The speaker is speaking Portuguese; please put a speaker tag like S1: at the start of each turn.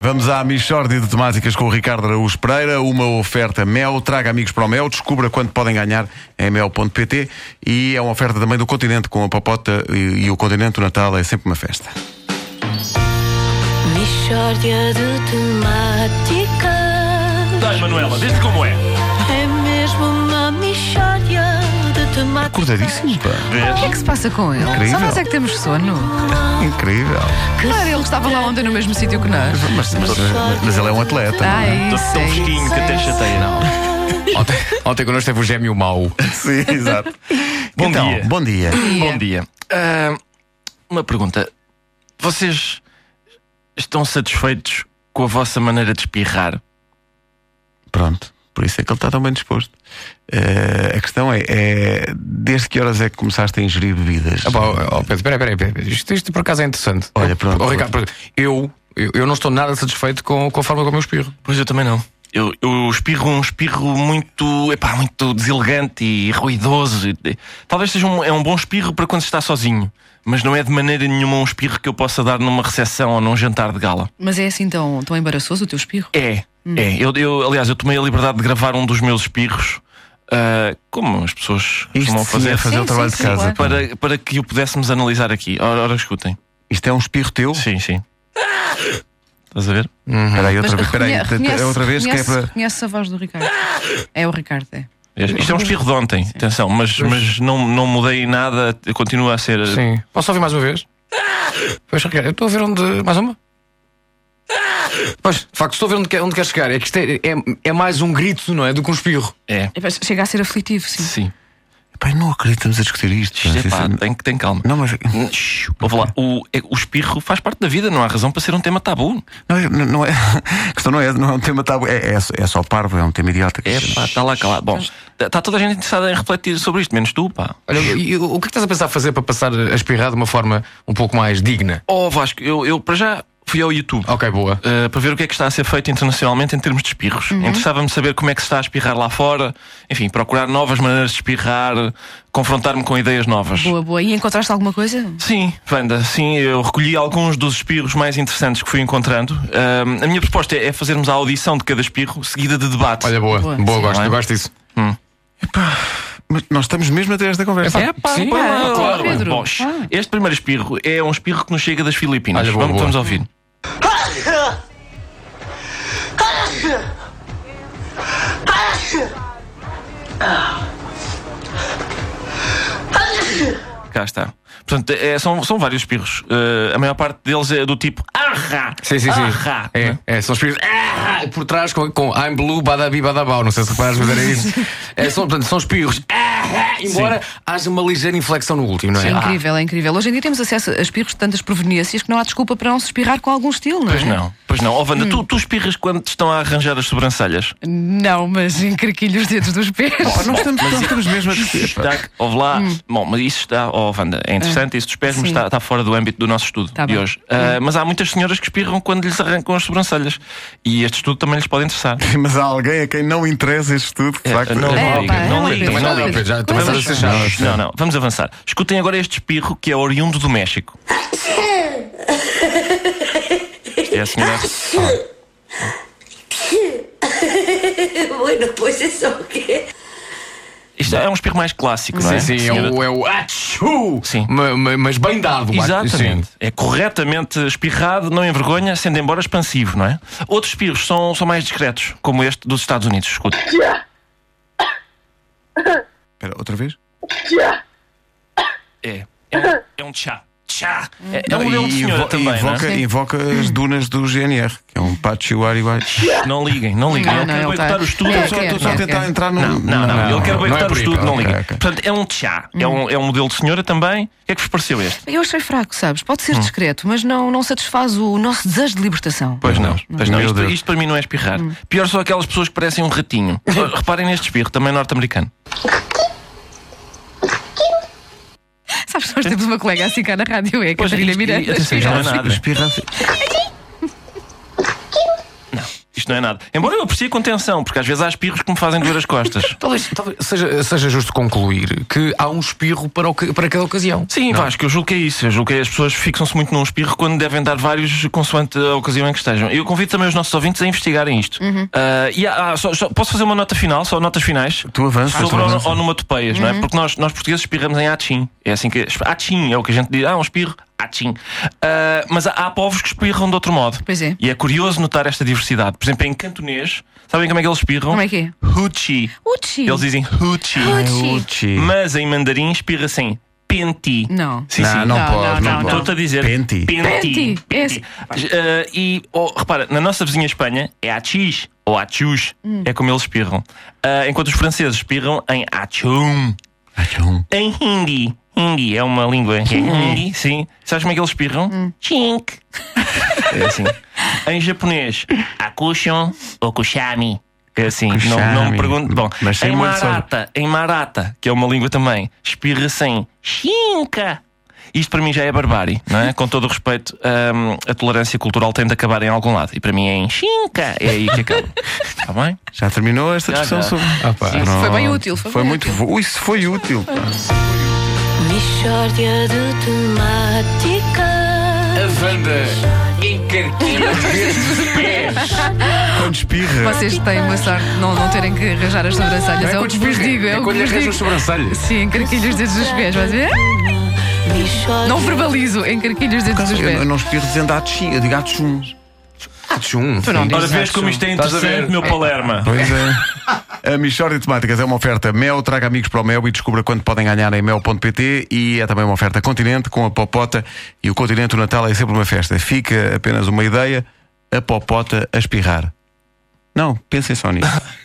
S1: Vamos à Michórdia de Temáticas com o Ricardo Araújo Pereira, uma oferta Mel, traga amigos para o Mel, descubra quanto podem ganhar em mel.pt e é uma oferta também do Continente com a Papota e, e o Continente, o Natal é sempre uma festa.
S2: Mixórdia de temáticas
S3: Dai, Manuela, diz-te como é.
S2: É mesmo uma mixórdia de temáticas
S1: Acordadíssimo, pá.
S3: Vês?
S4: O que é que se passa com ele?
S1: Incrível.
S4: Só nós é que temos sono.
S1: Incrível.
S2: Que
S4: Claro, ele estava lá ontem no mesmo sítio que nós.
S1: Mas, mas, mas ele é um atleta.
S4: Ah, é
S3: Estou
S4: isso.
S3: tão
S4: é isso.
S3: fresquinho que até chateia, não.
S5: Ontem, ontem connosco teve o gêmeo mau.
S1: Sim, exato.
S3: Bom
S1: então,
S3: dia.
S1: bom dia.
S4: Yeah.
S5: Bom dia. Ah, uma pergunta. Vocês estão satisfeitos com a vossa maneira de espirrar?
S1: Pronto, por isso é que ele está tão bem disposto. Eh, a questão é, é, desde que horas é que começaste a ingerir bebidas?
S5: Ah, pá, ó, ó, Pedro, peraí, peraí, peraí. Isto, isto por acaso é interessante.
S1: Olha, pronto.
S5: Ó, Ricardo, pronto. eu, eu, eu não estou nada satisfeito com, com a forma como eu espirro.
S3: Pois eu também não.
S5: Eu,
S3: Eu espirro um espirro muito, epá, muito deselegante e ruidoso. Talvez seja um, é um bom espirro para quando se está sozinho, mas não é de maneira nenhuma um espirro que eu possa dar numa recepção ou num jantar de gala.
S4: Mas é assim tão, tão embaraçoso o teu espirro?
S3: É, é. Eu, eu, aliás, eu tomei a liberdade de gravar um dos meus espirros, ah, como as pessoas
S1: Isto
S3: costumam
S1: sim é
S3: fazer,
S1: fazer
S4: Sim,
S1: o trabalho
S4: sim,
S1: de
S4: sim,
S1: casa.
S4: claro.
S1: pá.
S3: para, para que o pudéssemos analisar aqui. Ora, ora escutem.
S1: Isto é um espirro teu?
S3: Sim, sim. Estás a ver?
S1: Espera aí, outra
S4: Mas
S1: vez. Espera aí,
S4: reconhe-
S1: é outra vez que é
S4: reconhece-
S1: para.
S4: reconhece a voz do Ricardo. É o Ricardo, é.
S3: Isto é um espirro de ontem, atenção, mas, mas não, não mudei nada, continua a ser.
S5: Sim. Posso ouvir mais uma vez? Pois, Ricardo, eu estou a ver onde. Mais uma? Pois, de facto, estou a ver onde quer, onde quer chegar. É que isto é, é- é mais um grito, não é? Do que um espirro.
S3: É,
S4: Chega a ser aflitivo, sim.
S3: sim.
S1: Pai, não acredito que estamos a discutir isto.
S3: Isto é
S1: Sim,
S3: pá,
S1: sim.
S3: tem, que- tem calma.
S1: Não, mas.
S3: Shhh, Ouve lá, o, é- o espirro faz parte da vida, não há razão para ser um tema tabu.
S1: Não, é- não é, a questão não é, não é um tema tabu, é, é, é só parvo, é um tema idiota.
S3: É pá, está lá calado. Bom, está toda a gente interessada em refletir sobre isto, menos tu, pá.
S5: Olha, e o o que é que estás a pensar fazer para passar a espirrar de uma forma um pouco mais digna?
S3: Oh Vasco, eu, eu para já fui ao YouTube.
S5: Ok, boa.
S3: Uh, para ver o que é que está a ser feito internacionalmente em termos de espirros. Interessava-me saber como é que se está a espirrar lá fora, enfim, procurar novas maneiras de espirrar, confrontar-me com ideias novas.
S4: Boa, boa. E encontraste alguma coisa?
S3: Sim, Wanda, sim, eu recolhi alguns dos espirros mais interessantes que fui encontrando. Ahm, a minha proposta é é fazermos a audição de cada espirro, seguida de debate.
S5: Olha, boa.
S4: Boa.
S5: Boa,
S4: Sim.
S5: gosto.
S3: Não é?
S5: Eu gosto disso.
S1: Mas nós estamos mesmo a ter esta conversa.
S5: É pá,
S4: Sim,
S5: pá,
S4: é,
S5: pá,
S4: claro.
S5: claro.
S4: Pedro.
S3: Bom, shh,
S4: Ah.
S3: este primeiro espirro é um espirro que nos chega das Filipinas.
S5: Olha, boa,
S3: vamos,
S5: boa.
S3: vamos ouvir. Cá está. Portanto, é- são, são vários espirros. Eh, a maior parte deles é do tipo. Arra!
S5: Sim, sim, sim.
S4: Ah,
S3: Arra!
S5: É, é, são espíritos ah, por trás com, com I'm blue, badabi, badabau. Não sei se reparas, mas era isso. É, são, portanto, são espirros. Ah, ah, embora haja uma ligeira inflexão no último, não é?
S4: É incrível, é incrível. Hoje em dia temos acesso a espirros de tantas proveniências que não há desculpa para não se espirrar com algum estilo, não é?
S3: Pois não, pois não. Ó, Wanda, tu, tu espirras quando te estão a arranjar as sobrancelhas.
S4: Não, mas encarquilho os dedos dos pés.
S1: Pá, nós estamos, nós estamos mesmo a discutir. pá.
S3: Está, ouve lá. Bom, mas isso está, oh Wanda, é interessante, isso dos pés, mas
S4: Hum. Sim.
S3: está, está fora do âmbito do nosso estudo
S4: Tá
S3: de
S4: bem.
S3: hoje. Ah, mas há muitas senhoras que espirram quando lhes arrancam as sobrancelhas. E este estudo também lhes pode interessar.
S1: Mas há alguém a quem não interessa este estudo, de
S3: É,
S1: facto.
S3: não,
S4: É,
S3: não liga,
S4: pá,
S3: não
S4: é
S3: liga,
S4: horrível,
S3: também
S5: não
S4: é
S5: liga,
S4: horrível.
S5: já- também
S4: Coisas
S5: estás a ser chato.
S3: Não, não, vamos avançar. Escutem agora este espirro que é oriundo do México. Isto é a senhora.
S6: bueno, pues eso, ¿qué?
S3: Isto é um espirro mais clássico, não é?
S5: Sim, sim, é
S3: Senhora-
S5: o, é o achu,
S3: Sim.
S5: ma- ma- mas bem dado.
S3: Exatamente.
S5: Sim.
S3: É corretamente espirrado, não envergonha, sendo embora expansivo, não é? Outros espirros são, são mais discretos, como este dos Estados Unidos. Escuta.
S1: Espera, outra vez?
S3: É. É um, é um tchá. Tchá. É, é um
S1: Não,
S3: modelo de
S1: e
S3: senhora
S1: invo-
S3: também, não é?
S1: invoca, invoca as dunas do GNR, que é um pachiwari.
S3: Não liguem, não liguem.
S4: Não,
S3: eu quero
S4: não, ele tá-
S3: boicotar o estudo.
S4: É,
S3: eu só-
S4: quer,
S3: eu só-
S1: Só
S4: quer.
S1: tentar entrar no.
S3: Não, não, não. Eu
S5: não,
S3: quero
S5: não é
S3: boicotar o
S5: por aí,
S3: estudo,
S5: pá,
S3: não
S5: ok,
S3: liguem.
S1: ok.
S3: Portanto, é um tchá. É um, é um modelo de senhora também. O que é que vos pareceu este?
S4: Eu achei fraco, sabes? Pode ser discreto, mas não, não satisfaz o nosso desejo de libertação.
S3: Pois não, pois não.
S1: Meu
S3: Isto,
S1: Deus.
S3: isto para mim não é espirrar.
S4: Hum.
S3: Pior são aquelas pessoas que parecem um ratinho. Reparem neste espirro, também norte-americano.
S4: Sabes, nós temos uma colega assim cá na rádio, é a
S3: Pois, é
S4: Catarina
S3: isto-
S4: Miranda.
S3: atenção, já não é nada.
S1: Espirra
S3: Isto isto não é nada. Embora eu aprecie com atenção, porque às vezes há espirros que me fazem doer as costas.
S5: Talvez, talvez seja, seja justo concluir que há um espirro para, o que- para cada ocasião.
S3: Sim, Vasco, eu julgo que é isso. Eu julgo que as pessoas fixam-se muito num espirro quando devem dar vários consoante a ocasião em que estejam. Eu convido também os nossos ouvintes a investigarem isto. Ah, e há- há- só- só- posso fazer uma nota final, só notas finais?
S1: Tu avanças, tu
S3: Sobre
S1: avanças.
S3: onomatopeias, não é? Porque nós, nós portugueses espirramos em atchim. É assim que. Atchim é o que a gente diz. Ah, um espirro. Atchim. Ah, mas há, há povos que espirram de outro modo.
S4: Pois é.
S3: E é curioso notar esta diversidade. Por exemplo, em cantonês, sabem como é que eles espirram?
S4: Como é que é?
S3: Huchi.
S4: Uchi.
S3: Eles dizem Huchi.
S1: Uchi.
S3: Mas em mandarim espirra-se em penti.
S4: Não.
S3: Sim,
S1: Não,
S3: sim.
S1: não
S4: Não,
S1: pode,
S4: não,
S1: não,
S4: não,
S1: pode.
S3: Estou-te a dizer.
S1: Penti.
S3: Penti.
S4: Penti, esse.
S3: Eh, e, oh, repara, na nossa vizinha Espanha é achis ou achus. É como eles espirram. Eh, enquanto os franceses espirram em achum.
S1: Achum.
S3: Em hindi. Hindi é uma língua. que é Hindi, sim. Sabes como é que eles espirram?
S1: Hum.
S3: Chink. É assim. Em japonês, akushon ou kushami. É assim, não, não
S1: Kushami.
S3: me pergunto. Bom,
S1: Mas sem
S3: em
S1: molho de soja.
S3: marata, em marata, que é uma língua também, espirra-se em chinka. Isto para mim já é barbárie, não é? Com todo o respeito, hum, a tolerância cultural tem de acabar em algum lado. E para mim é em chinka. É aí que acaba. Está bem?
S1: Já terminou esta
S3: Já,
S1: discussão
S3: já.
S1: sobre.
S5: Ah, pá.
S4: Sim, foi bem útil, foi
S1: Foi,
S4: bem
S1: muito.
S4: útil.
S1: Ui, isso foi útil. pá.
S2: Mixórdia de temáticas.
S5: A Wanda encarquilha os dedos dos pés.
S1: Quando espirra.
S4: Vocês têm uma sorte de não, não terem que arranjar as sobrancelhas. É, o
S5: quando
S4: que vos
S5: espirra,
S4: digo. É,
S5: é
S4: o
S5: quando
S4: que
S5: lhe
S4: vos
S5: arranjam
S4: digo.
S5: as sobrancelhas.
S4: Sim, encarquilho os dedos dos pés. Vais ver?
S2: Mixórdia
S4: Não verbalizo, encarquilho os dedos dos
S1: Eu
S4: pés.
S1: não espirro dizendo atchim, eu digo atchum.
S5: Ah, tchum.
S4: Tu não
S3: Ora,
S4: dizes.
S3: vês como isto é
S5: Estás a ver?
S3: interessante, meu Palerma.
S1: Pois é. A Michórdia de Temáticas é uma oferta Mel, traga amigos para o Mel e descubra quanto podem ganhar em mel.pt e é também uma oferta Continente com a Popota e o Continente o Natal é sempre uma festa. Fica apenas uma ideia, a Popota a espirrar. Não, pensem só nisso.